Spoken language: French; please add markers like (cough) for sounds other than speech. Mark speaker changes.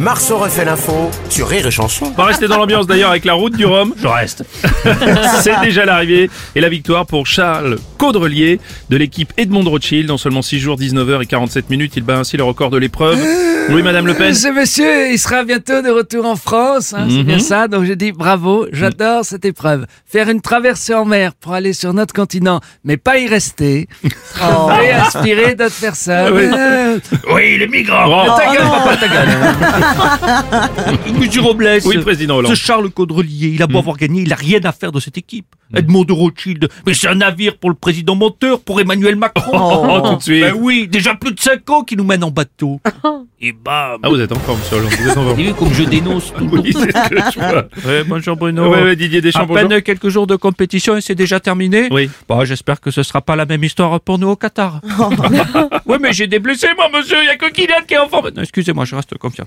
Speaker 1: Marceau refait l'info sur Rire et Chanson.
Speaker 2: On va rester dans l'ambiance d'ailleurs avec la route du Rhum. Je reste. (laughs) C'est déjà l'arrivée et la victoire pour Charles Caudrelier de l'équipe Edmond de Rothschild. En seulement 6 jours, 19h47 minutes, il bat ainsi le record de l'épreuve. Oui, Madame Le Pen.
Speaker 3: Ce monsieur, il sera bientôt de retour en France, hein, c'est bien
Speaker 2: Mhm.
Speaker 3: ça. Donc je dis bravo, j'adore cette épreuve. Faire une traversée en mer pour aller sur notre continent, mais pas
Speaker 2: (laughs)
Speaker 3: y rester, et inspirer d'autres personnes.
Speaker 2: Oh. oui.
Speaker 3: Euh,
Speaker 4: Oui, les migrants.
Speaker 2: Oh,
Speaker 3: ta gueule, papa, ta gueule.
Speaker 4: Monsieur Robles.
Speaker 2: Oui, président Hollande. Hmm.
Speaker 4: Ce Charles Caudrelier, il a beau avoir gagné, il a rien à faire de cette équipe. Edmond de Rothschild, mais c'est un navire pour le président menteur, pour Emmanuel Macron.
Speaker 2: Oh, tout de suite.
Speaker 4: Ben oui, déjà plus de 5 ans qu'il nous mène en bateau. Et bam.
Speaker 2: Ah, vous êtes en forme, monsieur Hollande. Vous êtes en forme.
Speaker 4: Vous avez vu comme je dénonce tout.
Speaker 2: Oui,
Speaker 3: (laughs)
Speaker 2: c'est ce que je vois.
Speaker 4: Ouais, bonjour Bruno.
Speaker 2: Ouais, ouais, Didier
Speaker 3: Ah,
Speaker 2: Deschamps,
Speaker 4: à peine
Speaker 2: bonjour.
Speaker 4: quelques jours de compétition et c'est déjà terminé.
Speaker 2: Oui.
Speaker 4: Bah, j'espère que ce sera pas la même histoire pour nous au Qatar.
Speaker 2: (laughs)
Speaker 4: oui, mais j'ai des blessés, moi, monsieur. Il y a que Kylian qui est en forme. Non, excusez-moi, je reste confiant.